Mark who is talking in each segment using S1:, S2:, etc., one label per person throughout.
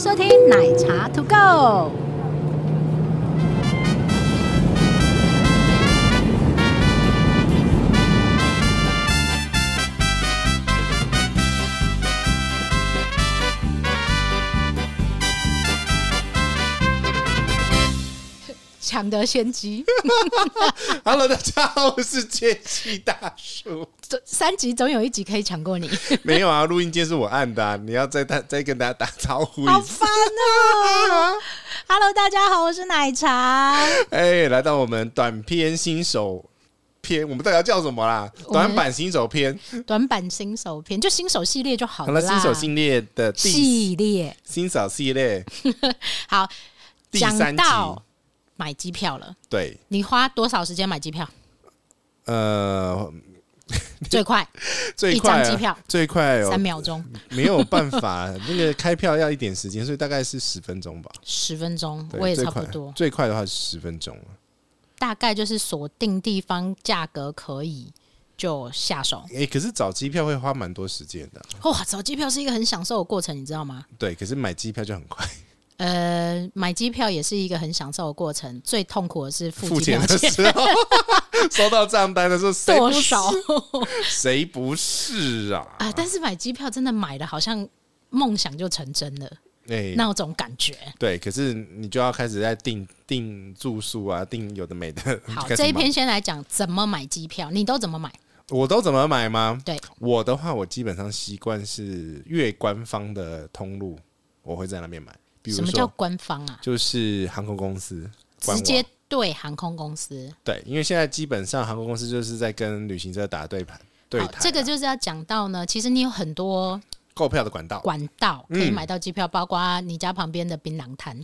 S1: 收听奶茶 To Go。抢得先机，
S2: Hello，大家好，我是杰西大 叔。
S1: 总三集总有一集可以抢过 你，
S2: 没有啊，录音键是我按的啊、你要再大再跟大家打招呼
S1: 好
S2: 一次。
S1: 烦 哦、Hello，大家好，我是奶茶。
S2: 哎，来到我们短篇新手篇，我们到底要叫什么啦？
S1: 我们
S2: 短版新手篇，
S1: 短版新手篇就新手系列就好
S2: 好
S1: 了
S2: 了，
S1: 啦。
S2: 新手系列的第
S1: 系列
S2: 新手系列
S1: 好，
S2: 第
S1: 讲
S2: 三集，
S1: 到买机票了，
S2: 对，
S1: 你花多少时间买机 票？
S2: 呃，
S1: 最快
S2: 最快啊
S1: 一张机票
S2: 最快
S1: 三
S2: 哦，
S1: 秒钟，
S2: 没有办法， 那个开票要一点时间，所以大概是十分钟吧。
S1: 十分钟，
S2: 对
S1: 我也
S2: 最
S1: 差不
S2: 快
S1: 多，
S2: 最快的话是十分钟啊了。
S1: 大概就是锁定地方，价格可以就下手。
S2: 哎、可是找机票会花蛮多时间的啊、
S1: 哇，找机票是一个很享受的过程，你知道吗？
S2: 对，可是买机票就很快，
S1: 呃，买机票也是一个很享受的过程，最痛苦的是付
S2: 付
S1: 机
S2: 钱
S1: 票
S2: 的
S1: 钱
S2: 时候，收到账单的时候，谁
S1: 多
S2: 不是
S1: 少
S2: 谁不是啊？
S1: 啊！但是买机票真的买的好像梦想就成真了，
S2: 哎、
S1: 那种感觉。
S2: 对，可是你就要开始在订订住宿啊，订有的没的。
S1: 好，
S2: 嗯开始
S1: 这一
S2: 忙
S1: 篇先来讲怎么买机票，你都怎么买？
S2: 我都怎么买吗？
S1: 对，
S2: 我的话，我基本上习惯是越官方的通路，我会在那边买。比
S1: 什
S2: 如
S1: 么叫
S2: 说，
S1: 官方啊？
S2: 就是航空公司官
S1: 直
S2: 网
S1: 接对航空公司。
S2: 对，因为现在基本上航空公司就是在跟旅行社打对盘对
S1: 好
S2: 谈啊、，
S1: 这个就是要讲到呢，其实你有很多
S2: 购票的管道。
S1: 管道可以
S2: 嗯
S1: 买到机票，包括你家旁边的槟榔摊，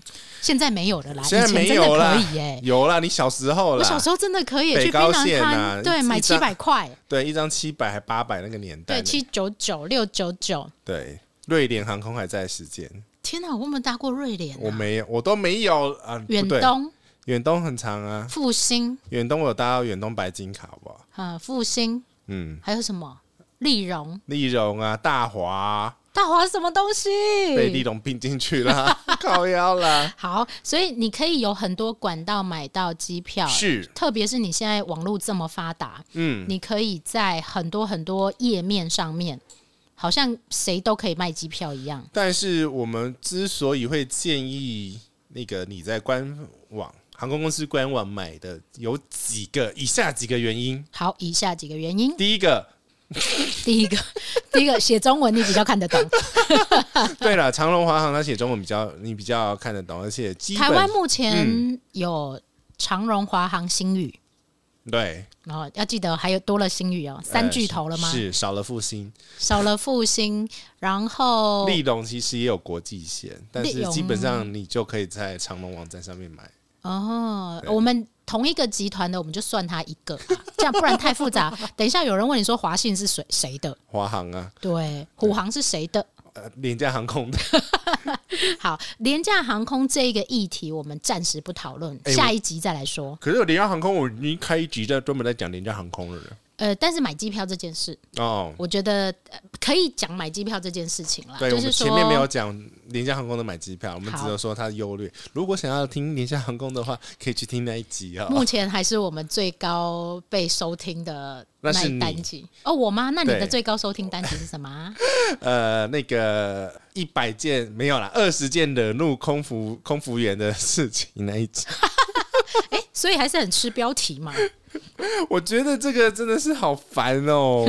S1: 现在没有了啦，
S2: 现在
S1: 以前
S2: 没
S1: 真的
S2: 有啦
S1: 可以耶。
S2: 有啦，你小时候啦，
S1: 我小时候真的可以去
S2: 北
S1: 槟
S2: 高
S1: 榔
S2: 线
S1: 摊，
S2: 啊
S1: 对，
S2: 一
S1: 买七
S2: 张
S1: 百块，
S2: 对，一张七百还八百那个年
S1: 对，
S2: 代呢，
S1: 七九九六九九。
S2: 对，瑞典航空还在时间，
S1: 天哪，我们搭过瑞典、
S2: 我
S1: 啊、
S2: 没有，我都没有啊，不
S1: 远
S2: 对，
S1: 东、
S2: 远东很长啊，
S1: 复兴，
S2: 远东我有搭到远东白金卡，好不好？
S1: 啊，复兴，
S2: 嗯，
S1: 还有什么丽荣？
S2: 丽荣啊，大华啊、
S1: 大华什么东西？
S2: 被丽荣并进 去啦，靠腰啦，
S1: 好，所以你可以有很多管道买到机票，
S2: 是，
S1: 特别是你现在网络这么发达，
S2: 嗯，
S1: 你可以在很多很多页面上面，好像谁都可以卖机票一样。
S2: 但是我们之所以会建议那个你在官网航空公司官网买的，有几个以下几个原因，
S1: 好，以下几个原因：
S2: 第一个。
S1: 第一个， 第一个写中文你比较看得懂，
S2: 对了，长龙、华航他写中文比较，你比较看得懂，而且基
S1: 台湾
S2: 本嗯
S1: 目前有长荣、华航、星宇，
S2: 对
S1: 然后要记得还有多了星宇哦，三
S2: 呃
S1: 巨头了吗？
S2: 是少了复兴，
S1: 少了复兴，然后
S2: 立龙其实也有国际线，但
S1: 立
S2: 是
S1: 荣
S2: 基本上你就可以在长龙网站上面买。
S1: 哦，
S2: 对
S1: 我们同一个集团的，我们就算他一个啊、 这样不然太复杂。等一下有人问你说华信是谁谁的，
S2: 华航啊，
S1: 对，虎航是谁的？
S2: 呃，廉价 航空的，
S1: 好，廉价航空这一个议题我们暂时不讨论，
S2: 哎我
S1: 下一集再来说。
S2: 可是廉价航空我已经开一集在专门在讲廉价航空了
S1: 呃，但是买机票这件事，
S2: 哦。
S1: 我觉得、呃可以讲买机票这件事情啦，
S2: 对，
S1: 就
S2: 我
S1: 是
S2: 们
S1: 说
S2: 前面没有讲廉价航空的买机票，我们
S1: 好
S2: 只有说它的优劣。如果想要听廉价航空的话，可以去听那一集啊、
S1: 目前还是我们最高被收听的
S2: 那是
S1: 一
S2: 你
S1: 单集哦，我吗？那你的
S2: 对
S1: 最高收听单集是什么啊？
S2: 呃，那个一百件没有啦，二十件惹怒空服空服员的事情那一 集，
S1: 哎、所以还是很吃标题 嘛，
S2: 我觉得这个真的是好烦 哦、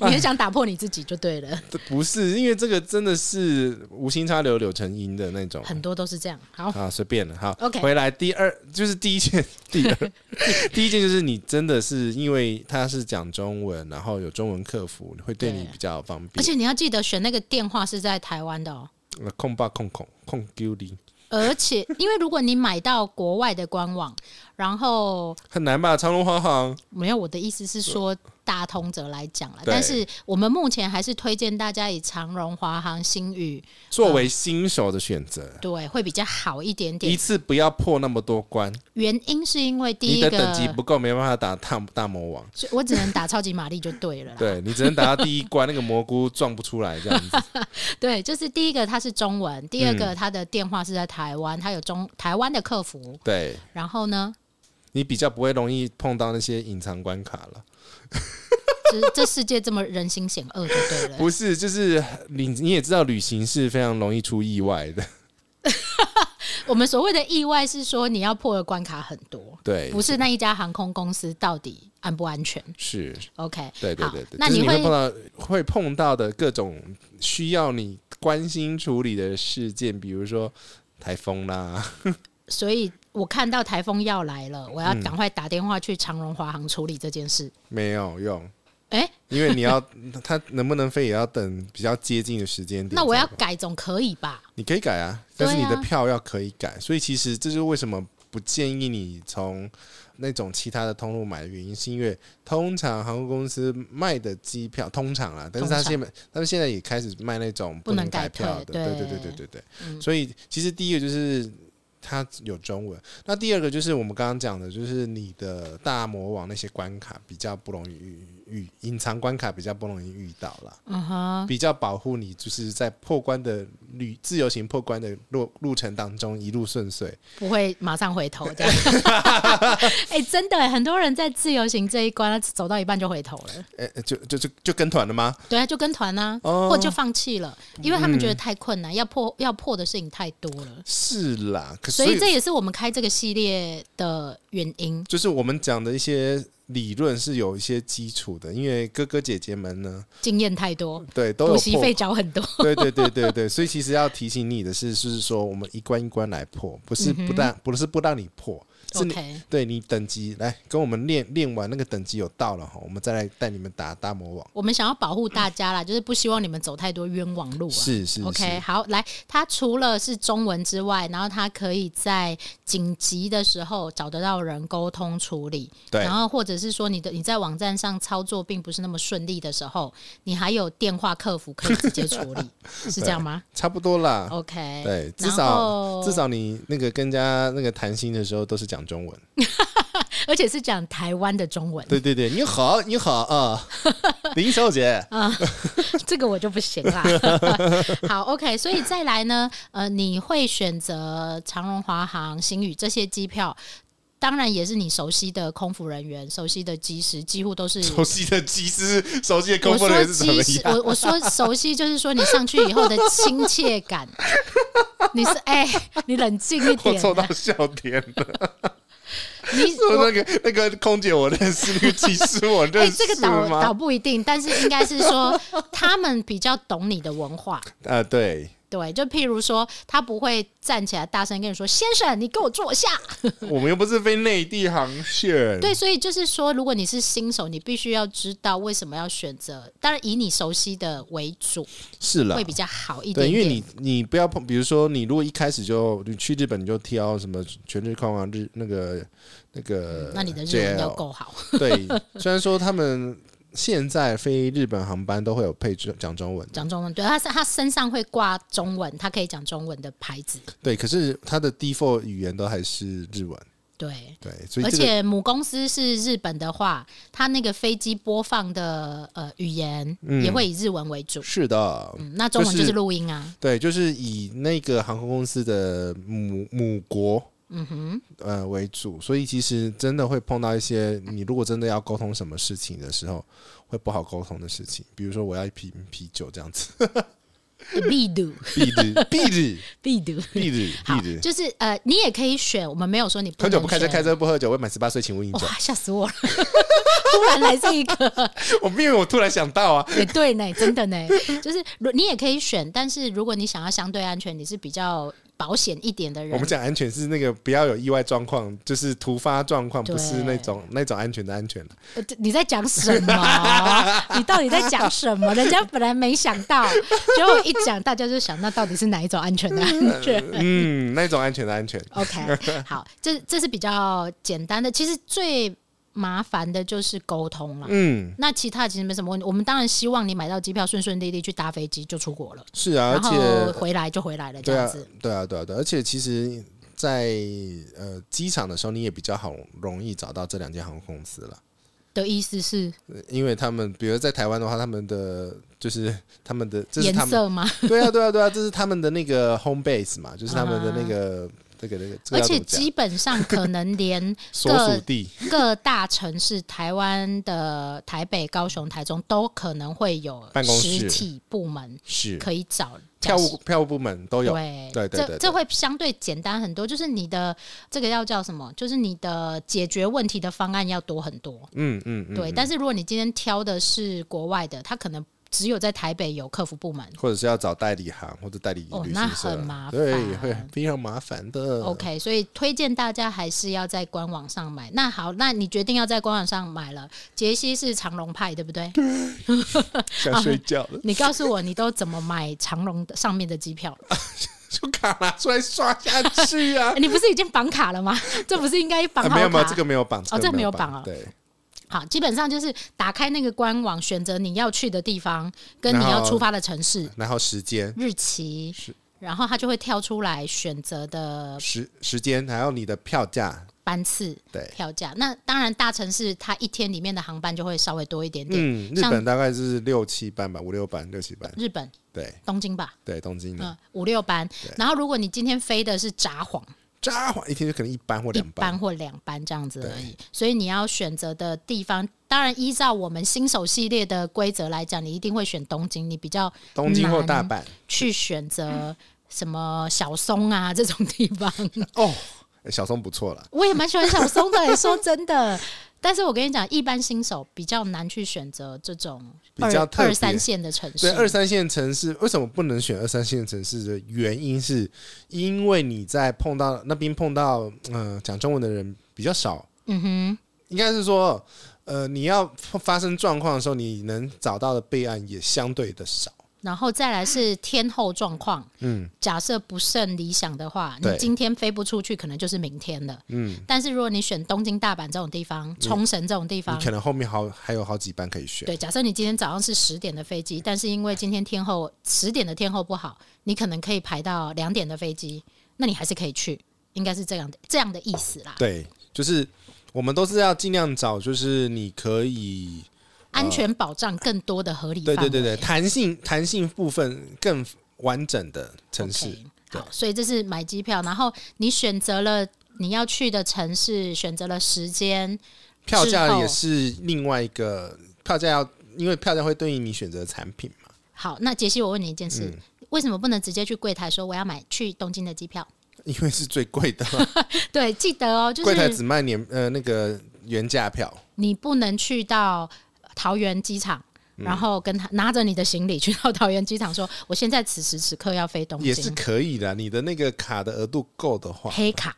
S1: 你很想打破你自己就对 了。
S2: 这不是，因为这个真的是无心插柳柳成荫的那种。
S1: 很多都是这样。好，
S2: 啊，随便了，好
S1: OK
S2: 回来第二就是第一件，第 二第一件就是你真的是因为它是讲中文，然后有中文客服，会对你
S1: 对
S2: 比较方
S1: 而
S2: 便。
S1: 且你要记得选那个电话是在台湾的哦。
S2: 呃控吧控控控丢你，
S1: 而且，因为如果你买到国外的官网，然后
S2: 很难吧？长隆花行
S1: 没有我的意思是说，大通则来讲了。
S2: 对
S1: 但是我们目前还是推荐大家以长荣、华航、新宇
S2: 作
S1: 嗯
S2: 为新手的选择，
S1: 对会比较好一点
S2: 一
S1: 点。
S2: 次不要破那么多关，
S1: 原因是因为第
S2: 你
S1: 一
S2: 的
S1: 个，
S2: 等级不够，没办法打大大魔王。
S1: 所以我只能打超级玛丽就对了啦。
S2: 对你只能打到第一关，那个蘑菇撞不出来这样子。
S1: 对，就是第一个它是中文，第二
S2: 嗯
S1: 个它的电话是在台湾，它有中台湾的客服。
S2: 对
S1: 然后呢，
S2: 你比较不会容易碰到那些隐藏关卡了。
S1: 这这世界这么人心险恶就对了。
S2: 不是，就是你你也知道，旅行是非常容易出意外的。
S1: 我们所谓的意外是说你要破的关卡很多，
S2: 对，
S1: 不是那一家航空公司到底安不安全
S2: 是，
S1: ？OK，
S2: 对对
S1: 好
S2: 对对，
S1: 那
S2: 就是
S1: 你
S2: 你会
S1: 会
S2: 碰到会碰到的各种需要你关心处理的事件，比如说台风啦，
S1: 所以我看到台风要来了，我要
S2: 嗯
S1: 赶快打电话去长荣华航处理这件事。
S2: 没有用。
S1: 哎、
S2: 因为你要 它能不能飞，也要等比较接近的时间点。
S1: 那我要，改总可以吧？
S2: 你可以改啊，
S1: 对
S2: 但
S1: 啊
S2: 是你的票要可以改。所以其实这就是为什么不建议你从那种其他的通路买的原因，是因为通常航空公司卖的机票，通常啦，但是它
S1: 通常
S2: 现在他们现在也开始卖那种
S1: 不能
S2: 能
S1: 改
S2: 改
S1: 退
S2: 票的，对
S1: 对
S2: 对对对对对。所以其实第一个就是。它有中文，那第二个就是我们刚刚讲的，就是你的大魔王那些关卡比较不容易遇遇，隐藏关卡比较不容易遇到啦。
S1: 嗯哼，
S2: 比较保护你，就是在破关的旅自由行破关的路路程当中一路顺遂。
S1: 不会马上回头 这样。哎、真的、很多人在自由行这一关，他走到一半就回头了，
S2: 呃、呃就就就就跟团了吗？
S1: 对啊，就跟团啊，
S2: 哦嗯
S1: 或就放弃了，因为他们觉得太困难，要破要破的事情太多了。
S2: 是啦，可
S1: 所以这也是我们开这个系列的原因。
S2: 就是我们讲的一些理论是有一些基础的，因为哥哥姐姐们呢，
S1: 经验太多，
S2: 对都有
S1: 补习
S2: 破
S1: 费。缴很多。
S2: 对 对对对对，所以其实要提醒你的是，是说我们一关一关来破，不是不让，不是不让你破，是
S1: 嗯
S2: 你
S1: OK，
S2: 对你等级来跟我们练练完那个等级有到了哈，我们再来带你们打大魔王。
S1: 我们想要保护大家啦，就是不希望你们走太多冤枉路啊。
S2: 嗯是是
S1: OK，
S2: 是，
S1: 好，来，它除了是中文之外，然后它可以在紧急的时候找得到人沟通处理，
S2: 对
S1: 然，后或者是说你的你在网站上操作并不是那么顺利的时候，你还有电话客服可以直接处 理，是这样吗
S2: 差不多啦。
S1: ？OK，
S2: 啊对，至
S1: 然
S2: 少
S1: 后
S2: 至少你那个跟人家那个谈心的时候都是讲中文。
S1: 而且是讲台湾的中文，
S2: 对对对，你好，你好啊，林小姐，
S1: 嗯这个我就不行啦。 好，OK，所以再来呢，呃，你会选择长荣、华航、星宇这些机票，当然也是你熟悉的空服人员、熟悉的机师，几乎都是。
S2: 熟悉的技师，熟悉的
S1: 我
S2: 工作人
S1: 说
S2: 员是什么
S1: 机师，
S2: 样？
S1: 我我说熟悉，就是说你上去以后的亲切 感。你是哎、你冷静一
S2: 我
S1: 点
S2: 抽到
S1: 啊、
S2: 笑点了。
S1: 你
S2: 说
S1: 我
S2: 那个那个空姐我认识，那个技师我
S1: 哎、
S2: 认识
S1: 这个倒倒
S2: 吗？
S1: 不一定，但是应该是说他们比较懂你的文化。
S2: 啊，对，
S1: 对，就譬如说，他不会站起来大声跟你说：“先生，你给我坐下。
S2: 我们又不是飞内地航线。
S1: 对，所以就是说，如果你是新手，你必须要知道为什么要选择，当然以你熟悉的为主，
S2: 是了
S1: 会。比较好一
S2: 对，
S1: 点
S2: 因为
S1: 点。
S2: 你你不要碰，比如说你如果一开始就你去日本你就挑什么全日空啊日那个那个 JL，
S1: 那你的
S2: 呃
S1: 日文要够好，
S2: 对，虽然说他们现在飞日本航班都会有配中讲中文的，
S1: 讲中文。对，他是他身上会挂中文，他可以讲中文的牌子。
S2: 对，可是它的 default 语言都还是日文，
S1: 对，
S2: 对，所以
S1: 而
S2: 这个
S1: 且母公司是日本的话，它那个飞机播放的呃语言
S2: 嗯
S1: 也会以日文为主。
S2: 是的，
S1: 嗯，那中文
S2: 就
S1: 就是是录音啊。
S2: 对，就是以那个航空公司的母母国。嗯哼，呃为主，所以其实真的会碰到一些你如果真的要沟通什么事情的时候，会不好沟通的事情，比如说我要一瓶啤酒这样子，
S1: 必读
S2: 避日避日
S1: 必读。
S2: 避日
S1: 好
S2: 避，日，
S1: 就是呃，你也可以选，我们没有说你不
S2: 喝
S1: 能
S2: 酒不开车，
S1: 选
S2: 开车不喝酒，未满十八岁请勿饮酒。
S1: 哇，吓死我了！ 突然来这一个，
S2: 我因为我突然想到啊，
S1: 也对呢，真的呢，就是如你也可以选，但是如果你想要相对安全，你是比较保险一点的
S2: 我们
S1: 人。
S2: 讲安全是那个不要有意外状况，就是突发状况，
S1: 对
S2: 不是那种那种安全的安全。
S1: 呃这你在讲什 么？你到底在讲什么？人家本来没想到，结果一讲，大家就想那到底是哪一种安全的
S2: 嗯
S1: 安全？
S2: 嗯，那种安全的安全。
S1: OK，好，这这是比较简单的。其实最麻烦的就是沟通了。
S2: 嗯，
S1: 那其他其实没什么问题。我们当然希望你买到机票，顺顺利利去搭飞机就出国了，
S2: 是啊，而
S1: 然后
S2: 且
S1: 回来就回来了，这
S2: 对
S1: 样
S2: 啊
S1: 子。，
S2: 对啊，对啊，对啊，而且其实在，呃机场的时候，你也比较好容易找到这两间航空公司了。
S1: 的意思是
S2: 因为他们，比如在台湾的话，他们的就是他们的，这是
S1: 颜
S2: 他们
S1: 色吗？
S2: 对啊，对啊，对啊，这是他们的那个 home base 嘛，就是他们的那个、这个这个，这
S1: 啊而
S2: 个要怎
S1: 且
S2: 么讲
S1: 基本上可能连
S2: 所属地，
S1: 各大城市，台湾的台北、高雄、台中都可能会有
S2: 办公室
S1: 实体部门
S2: 是
S1: 可以找
S2: 票务票务部门都有，
S1: 对
S2: 对对对
S1: 这这会相对简单很多。就是你的这个要叫什么？就是你的解决问题的方案要多很多。
S2: 嗯嗯嗯，
S1: 对，但是如果你今天挑的是国外的，他可能只有在台北有客服部门。
S2: 或者是要找代理行或者代理
S1: 哦
S2: 旅
S1: 那
S2: 行社，
S1: 很麻
S2: 对，
S1: 烦
S2: 会非常麻烦的。
S1: OK，所以推荐大家还是要在官网上买。那好，那你决定要在官网上买了。杰西是长隆派，对不对？
S2: 想睡觉了，
S1: 你告诉我，你都怎么买长隆的上面的机票 了？！
S2: 就卡拿出来刷下去啊
S1: 哎你不是已经绑卡了吗？ 这不是应该绑好
S2: 啊，
S1: 卡？
S2: 没有没有，这个没有绑，
S1: 哦这个没有绑哦
S2: 对，
S1: 好，基本上就是打开那个官网，选择你要去的地方跟你
S2: 然后
S1: 要出发的城市、
S2: 然后时间
S1: 日期，然后它就会跳出来选择的
S2: 时时间，还有你的票价，
S1: 班次、
S2: 对，
S1: 票价。那当然，大城市它一天里面的航班就会稍微多一点点。
S2: 嗯，日
S1: 像
S2: 本大概是六七班吧，五六班，六七班，
S1: 日本
S2: 对
S1: 东京吧，
S2: 对，东京的
S1: 嗯，五六班。然后如果你今天飞的是札幌，
S2: 札幌一天就可能一班或
S1: 一
S2: 两班
S1: 班，或两班这样子而已。所以你要选择的地方，当然依照我们新手系列的规则来讲，你一定会选东京，你比较
S2: 东京或
S1: 难
S2: 大阪
S1: 去选择什么小松啊这种地 方。
S2: 哦，小松不错了，
S1: 我也蛮喜欢小松的，说真的。但是我跟你讲，一般新手比较难去选择这种
S2: 比
S1: 二
S2: 较特别
S1: 二三线的城市
S2: 对，，二三线城市为什么不能选二三线城市的原因是，因为你在碰到那边碰到嗯讲中文的人比较少，
S1: 嗯哼，
S2: 应该是说呃你要发生状况的时候，你能找到的备案也相对的少。
S1: 然后再来是天后状况。
S2: 嗯，
S1: 假设不甚理想的话，你
S2: 对
S1: 今天飞不出去，可能就是明天了。
S2: 嗯，
S1: 但是如果你选东京、大阪这种地方，冲绳这种地
S2: 你
S1: 方，
S2: 可能后面好还有好几班可以选。
S1: 对，假设你今天早上是十点的飞机，但是因为今天天后十点的天后不好，你可能可以排到两点的飞机，那你还是可以去，应该是这样的这样的意思啦。
S2: 对，就是我们都是要尽量找，就是你可以
S1: 安全保障更多的合理
S2: 对
S1: 范
S2: 对
S1: 围。
S2: 对对弹性弹性部分更完整的城市。
S1: OK，好，所以这是买机票，然后你选择了你要去的城市，选择了时间，
S2: 票
S1: 之
S2: 价
S1: 后
S2: 也是另外一个票价要，因为票价会对应你选择的产品嘛。
S1: 好，那杰西，我问你一件
S2: 嗯
S1: 事，为什么不能直接去柜台说我要买去东京的机票？
S2: 因为是最贵的嘛，
S1: 对，记得哦，就
S2: 柜台
S1: 是
S2: 只卖年呃那个原价票，
S1: 你不能去到桃园机场。
S2: 嗯
S1: 然后跟他拿着你的行李去到桃园机场说，我现在此时此刻要飞东
S2: 也是
S1: 京，
S2: 可以的。你的那个卡的额度够的话，
S1: 黑卡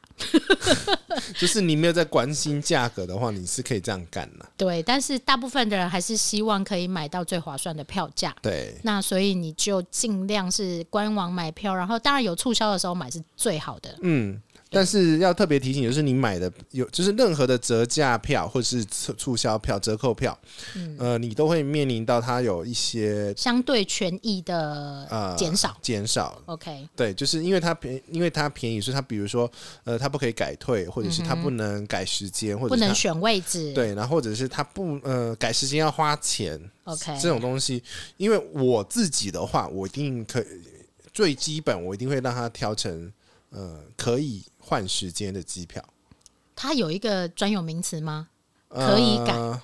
S2: 就是你没有在关心价格的话，你是可以这样干的。
S1: 对，但是大部分的人还是希望可以买到最划算的票价。
S2: 对，
S1: 那所以你就尽量是官网买票，然后当然有促销的时候买是最好的。
S2: 嗯。但是要特别提醒，就是你买的有，就是任何的折价票或是促促销票、折扣票，
S1: 嗯
S2: 呃，你都会面临到它有一些
S1: 相对权益的
S2: 呃
S1: 减少。
S2: 减少，
S1: OK，
S2: 对，就是因为它便，因为它便宜，所以它比如说，呃，它不可以改退，或者是它不能改时间，或者
S1: 嗯不
S2: 是它
S1: 能选位置。
S2: 对，然后或者是它不呃改时间要花钱
S1: ，OK，
S2: 这种东西。因为我自己的话，我一定可最基本，我一定会让它调成呃可以换时间的机票，
S1: 它有一个专有名词吗？可以改嗯
S2: 呃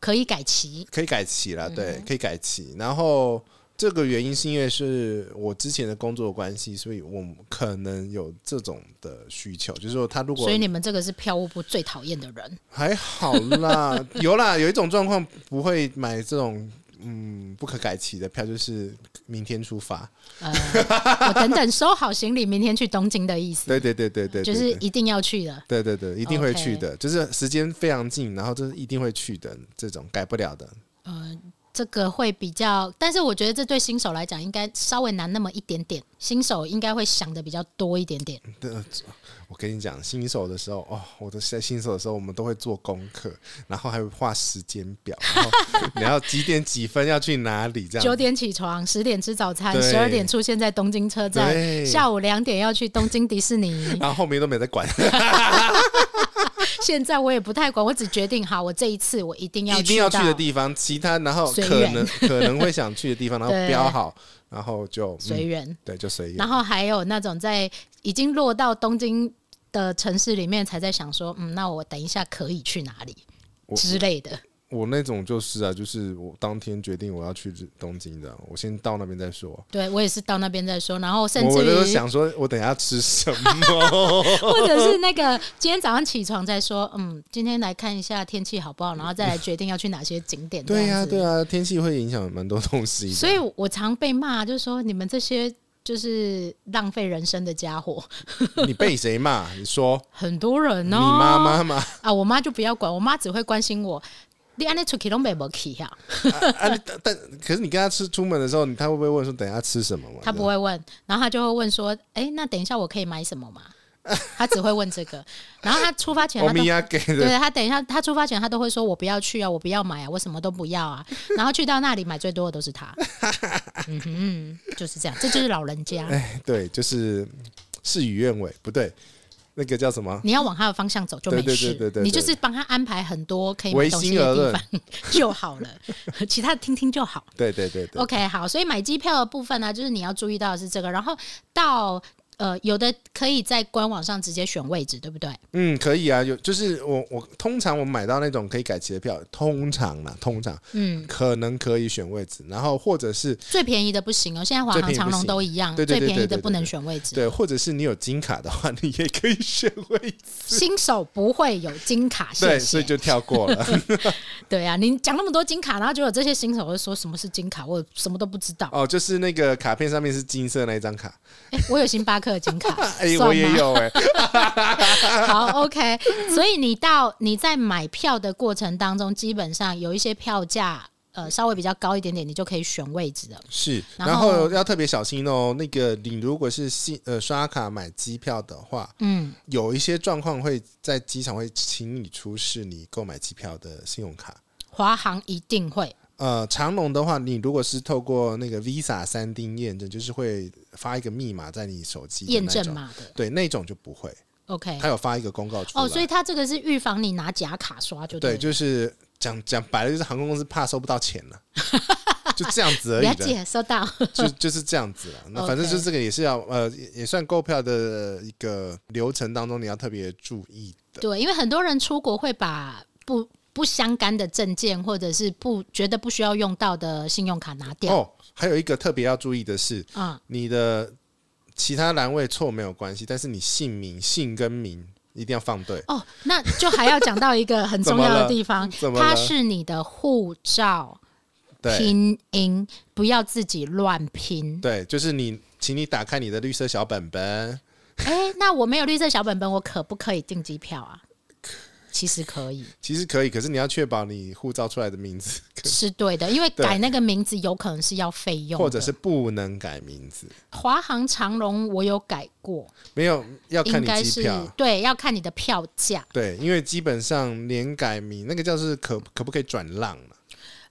S1: 可以改期。
S2: 可以改期了，对，可以改期。然后这个原因是因为是我之前的工作的关系，所以我可能有这种的需求，就是说他如果
S1: 所以你们这个是票务部最讨厌的人，
S2: 还好啦， 有啦，有一种状况不会买这种嗯不可改期的票，就是明天出发。
S1: 呃，我等等收好行李，明天去东京的意思，
S2: 对对对对对，对
S1: 就是一定要去的。
S2: 对对对，一定会去的，就是时间非常近，然后这是一定会去的这种改不了的。
S1: 呃，这个会比较，但是我觉得这对新手来讲应该稍微难那么一点点，新手应该会想的比较多一点点。
S2: 我跟你讲，新手的时候哦，我都是在新手的时候，我们都会做功课，然后还会画时间表，然后你要几点几分要去哪里 这样。
S1: 九点起床，十点吃早餐，
S2: 对
S1: 十二点出现在东京车站，
S2: 对，
S1: 下午两点要去东京迪士尼。
S2: 然后后面都没在管，
S1: 现在我也不太管，我只决定好，我这一次我一定要
S2: 一定要
S1: 去
S2: 去
S1: 到
S2: 的地方，嗯其他然后
S1: 随
S2: 可
S1: 缘
S2: 能可能会想去的地方，然后
S1: 对
S2: 标好，然后就
S1: 随
S2: 嗯
S1: 缘。
S2: 对，就随
S1: 然
S2: 缘。
S1: 后还有那种在已经落到东京的城市里面，才在想说，嗯，那我等一下可以去哪里
S2: 我
S1: 之类的。
S2: 我那种就是啊，就是我当天决定我要去东京的，我先到那边再说。
S1: 对我也是到那边再说，然后甚
S2: 我
S1: 至
S2: 我就
S1: 于
S2: 想说，我等一下吃什 么？
S1: 或者是那个今天早上起床再说，嗯，今天来看一下天气好不好，然后再来决定要去哪些景点。
S2: 对呀、
S1: 呀、
S2: 对呀、天气会影响蛮多东西的。
S1: 所以我常被骂，就是说你们这些就是浪费人生的家伙，
S2: 你被谁骂？你 说
S1: 很多人
S2: 你
S1: 呢、
S2: 妈妈吗？
S1: 啊，我妈就不要管，我妈只会关心我。你安尼出去拢没无去呀、
S2: 啊，你但但可是你跟他吃出门的时候，你他会不会问说等一下吃什么嘛？
S1: 他不会问，然后他就会问说：“哎、那等一下我可以买什么吗？”他只会问这个，然后他出发前
S2: 欧
S1: 他都
S2: 米亚给的，
S1: 对他等一下他出发前他都会说：“我不要去啊，我不要买啊，我什么都不要啊。”然后去到那里买最多的都是 他，嗯哼，就是这样，这就是老人家，
S2: 对，就是事与愿违，不对，那个叫什么？
S1: 你要往他的方向走就没
S2: 对对
S1: 事
S2: 对对对，对
S1: 你就是帮他安排很多可以买
S2: 唯
S1: 东西
S2: 心
S1: 的
S2: 而
S1: 地
S2: 论
S1: 方 就好了，其他的听听就好。
S2: 对对对对，
S1: OK，好，所以买机票的部分呢、就是你要注意到的是这个，然后到呃，有的可以在官网上直接选位置，对不对？
S2: 嗯，可以啊，有就是我我通常我买到那种可以改期的票，通常啦，通常
S1: 嗯，
S2: 可能可以选位置，然后或者是
S1: 最便宜的不行哦，现在华
S2: 最
S1: 航、
S2: 便宜不
S1: 长龙
S2: 行
S1: 都一样，
S2: 对对对
S1: 最便宜
S2: 对对
S1: 的
S2: 对
S1: 不能选位置。
S2: 对，或者是你有金卡的话， 你也可以选位置，
S1: 新手不会有金卡，谢
S2: 对，
S1: 谢。
S2: 所以就跳过了。
S1: 对啊，你讲那么多金卡，然后就有这些新手会说什么是金卡，我什么都不知道。
S2: 哦，就是那个卡片上面是金色那一张卡，，
S1: 哎、我有星巴克的金卡
S2: 哎、
S1: 算
S2: 我也
S1: 吗
S2: 有 哎、
S1: 好，OK。所以你到你在买票的过程当中，基本上有一些票价呃稍微比较高一点点，你就可以选位置了。
S2: 是，
S1: 然
S2: 然
S1: 后
S2: 后要特别小心哦。那个你如果是信呃刷卡买机票的话，
S1: 嗯，
S2: 有一些状况会在机场会请你出示你购买机票的信用卡。
S1: 华航一定会。
S2: 呃，长龙的话，你如果是透过那个 Visa 三丁验证，就是会发一个密码在你手机的
S1: 验
S2: 那
S1: 证
S2: 种，
S1: 码的。
S2: 对，那种就不会。
S1: OK，
S2: 他有发一个公告出来，
S1: 哦，所以它这个是预防你拿假卡刷就
S2: 对，
S1: 了
S2: 就是讲讲白了，就是航空公司怕收不到 钱了，就这样子而
S1: 了
S2: 已的。
S1: 解，收到。
S2: 就就是这样子了。那
S1: OK
S2: 反正就是这个也是要呃，也也算购票的一个流程当中，你要特别注意的。
S1: 对，因为很多人出国会把不不相干的证件或者是不觉得不需要用到的信用卡拿掉。
S2: 哦，还有一个特别要注意的是，
S1: 嗯，
S2: 你的其他栏位错没有关系，但是你姓名、姓跟名一定要放对。
S1: 哦，那就还要讲到一个很重要的地方，
S2: 怎么
S1: 它
S2: 了？
S1: 是你的护照
S2: 对
S1: 拼音，不要自己乱拼。
S2: 对，就是你，请你打开你的绿色小本本。
S1: 哎，那我没有绿色小本本，我可不可以订机票啊？其实可以。
S2: 其实可以，可是你要确保你护照出来的名字，
S1: 是对的，因为
S2: 对
S1: 改那个名字有可能是要费用的，
S2: 或者是不能改名字，
S1: 华航、长荣，我有改过，
S2: 没有要看
S1: 应
S2: 你
S1: 该
S2: 机
S1: 是
S2: 票。
S1: 对，要看你的票价。
S2: 对，因为基本上连改名那个叫是可可不可以转让了、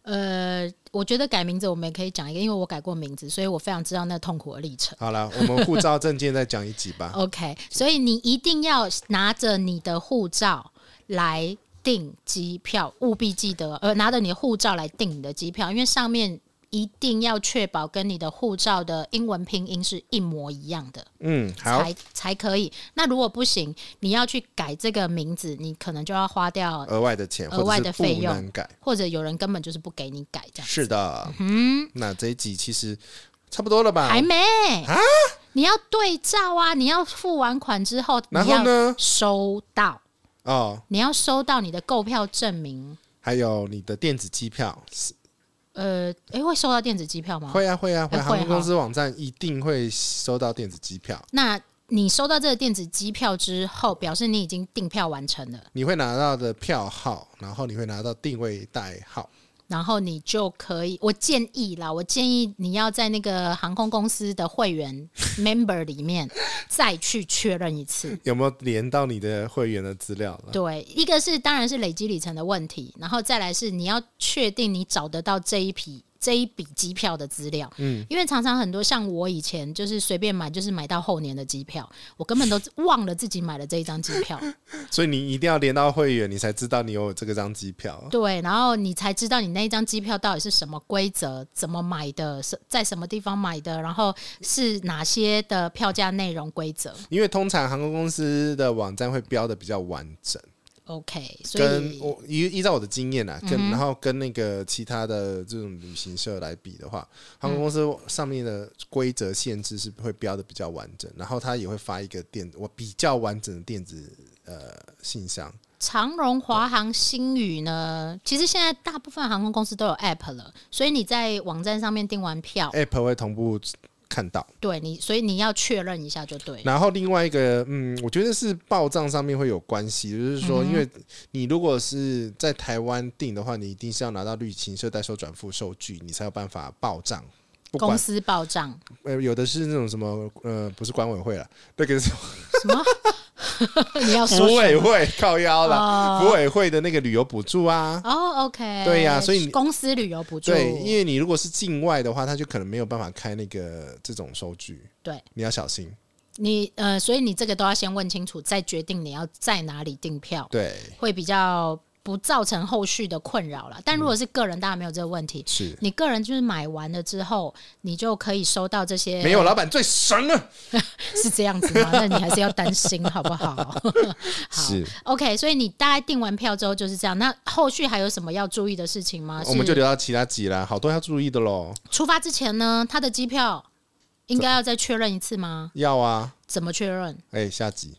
S1: 呃，我觉得改名字我们也可以讲一个，因为我改过名字，所以我非常知道那痛苦的历程。
S2: 好了，我们护照证件再讲一集 吧。
S1: OK，所以你一定要拿着你的护照来订机票，务必记得，呃，拿着你的护照来订你的机票，因为上面一定要确保跟你的护照的英文拼音是一模一样的。
S2: 嗯，好，
S1: 才才可以。那如果不行，你要去改这个名字，你可能就要花掉，
S2: 额外的钱，
S1: 额外的
S2: 或者是
S1: 费
S2: 不
S1: 用
S2: 能改。
S1: 或者有人根本就是不给你改这样。
S2: 是的，嗯，那这一集其实差不多了吧
S1: 还？没
S2: 啊
S1: 你要对照啊！你要付完款之后，
S2: 然
S1: 你
S2: 后
S1: 要
S2: 呢？
S1: 收到，
S2: 哦，
S1: 你要收到你的购票证明。
S2: 还有你的电子机票，是
S1: 呃，诶，会收到电子机票吗？
S2: 会啊会啊会
S1: 哎
S2: 啊，
S1: 会
S2: 航空公司网站一定会收到电子机票，
S1: 那你收到这个电子机票之后，表示你已经订票完成了。
S2: 你会拿到的票号，然后你会拿到定位代号，
S1: 然后你就可以，我建议啦，我建议你要在那个航空公司的会员 member 里面再去确认一次。
S2: 有没有连到你的会员的资料了？
S1: 对，一个是当然是累积里程的问题，然后再来是你要确定你找得到这一批这一笔机票的资料，嗯，因为常常很多像我以前就是随便买，就是买到后年的机票，我根本都忘了自己买了这一张机票，
S2: 所以你一定要连到会员，你才知道你有这个张机票。
S1: 对，然后你才知道你那一张机票到底是什么规则，怎么买的，是在什么地方买的，然后是哪些的票价内容规则
S2: 因为通常航空公司的网站会标的比较完整，
S1: ，OK，所
S2: 跟
S1: 以嗯
S2: 我依依照我的经验啊，跟、然后跟那个其他的这种旅行社来比的话，航
S1: 嗯
S2: 空公司上面的规则限制是会标的比较完整，然后它也会发一个电我比较完整的电子呃信箱，
S1: 长荣、华航、星宇呢，其实现在大部分航空公司都有 App 了，所以你在网站上面订完票，
S2: App 会同步看到。
S1: 对你，所以你要确认一下就对了。
S2: 然后另外一个，嗯，我觉得是报账上面会有关系，就是
S1: 嗯
S2: 说，因为你如果是在台湾订的话，你一定是要拿到旅行社代收转付收据，你才有办法报账。不
S1: 公
S2: 管
S1: 司报账
S2: 呃，有的是那种什么呃，不是管委会了，那个是
S1: 什么？ 你要说
S2: 服委
S1: 哦什么？
S2: 会靠腰
S1: 哦
S2: 了，服委会的那个旅游补助啊，
S1: 哦，OK，
S2: 对呀所以你
S1: 公司旅游补助，
S2: 对，因为你如果是境外的话，他就可能没有办法开那个这种收据，
S1: 对
S2: 你要小心。
S1: 你呃，所以你这个都要先问清楚，再决定你要在哪里订票，
S2: 对，
S1: 会比较不造成后续的困扰啦。但
S2: 嗯
S1: 如果是个人，当然没有这个问题。
S2: 是
S1: 你个人就是买完了之后，你就可以收到这些
S2: 没有老板最神了，
S1: 是这样子吗？那你还是要担心，好不好？好
S2: 是
S1: OK，所以你大概订完票之后就是这样。那后续还有什么要注意的事情吗？
S2: 我们
S1: 是
S2: 就留到其他集啦，好多要注意的喽。
S1: 出发之前呢，他的机票应该要再确认一次吗？
S2: 要啊，
S1: 怎么确认？
S2: 哎、下集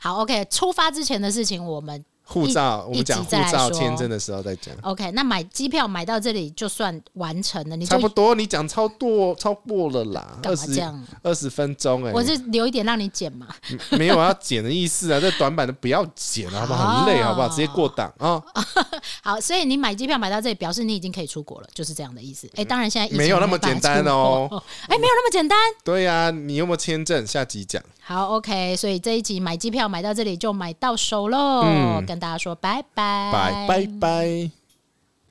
S1: 好，OK，出发之前的事情我们
S2: 护照，我
S1: 一
S2: 们
S1: 集
S2: 讲护
S1: 再来
S2: 照
S1: 说
S2: 签证的时候再讲。
S1: OK。那买机票买到这里就算完成了，你就
S2: 差不多，你讲超多超过了啦，
S1: 干
S2: 二
S1: 嘛这
S2: 十
S1: 样？
S2: 二十分钟哎、
S1: 我是留一点让你剪嘛。
S2: 没有要剪的意思啊，这短版的不要剪啊了，好不好？很累，好不好？直接过档哦啊、
S1: 好，所以你买机票买到这里，表示你已经可以出国了，就是这样的意思。哎、当然现在疫情
S2: 没有那么
S1: 没办法
S2: 简单
S1: 出
S2: 哦
S1: 国。哎、没有那么简单。
S2: 对呀、你有没有签证？下集讲，
S1: 好，OK，所以这一集买机票买到这里就买到手喽，
S2: 嗯
S1: 跟大家说拜拜，
S2: 拜拜拜。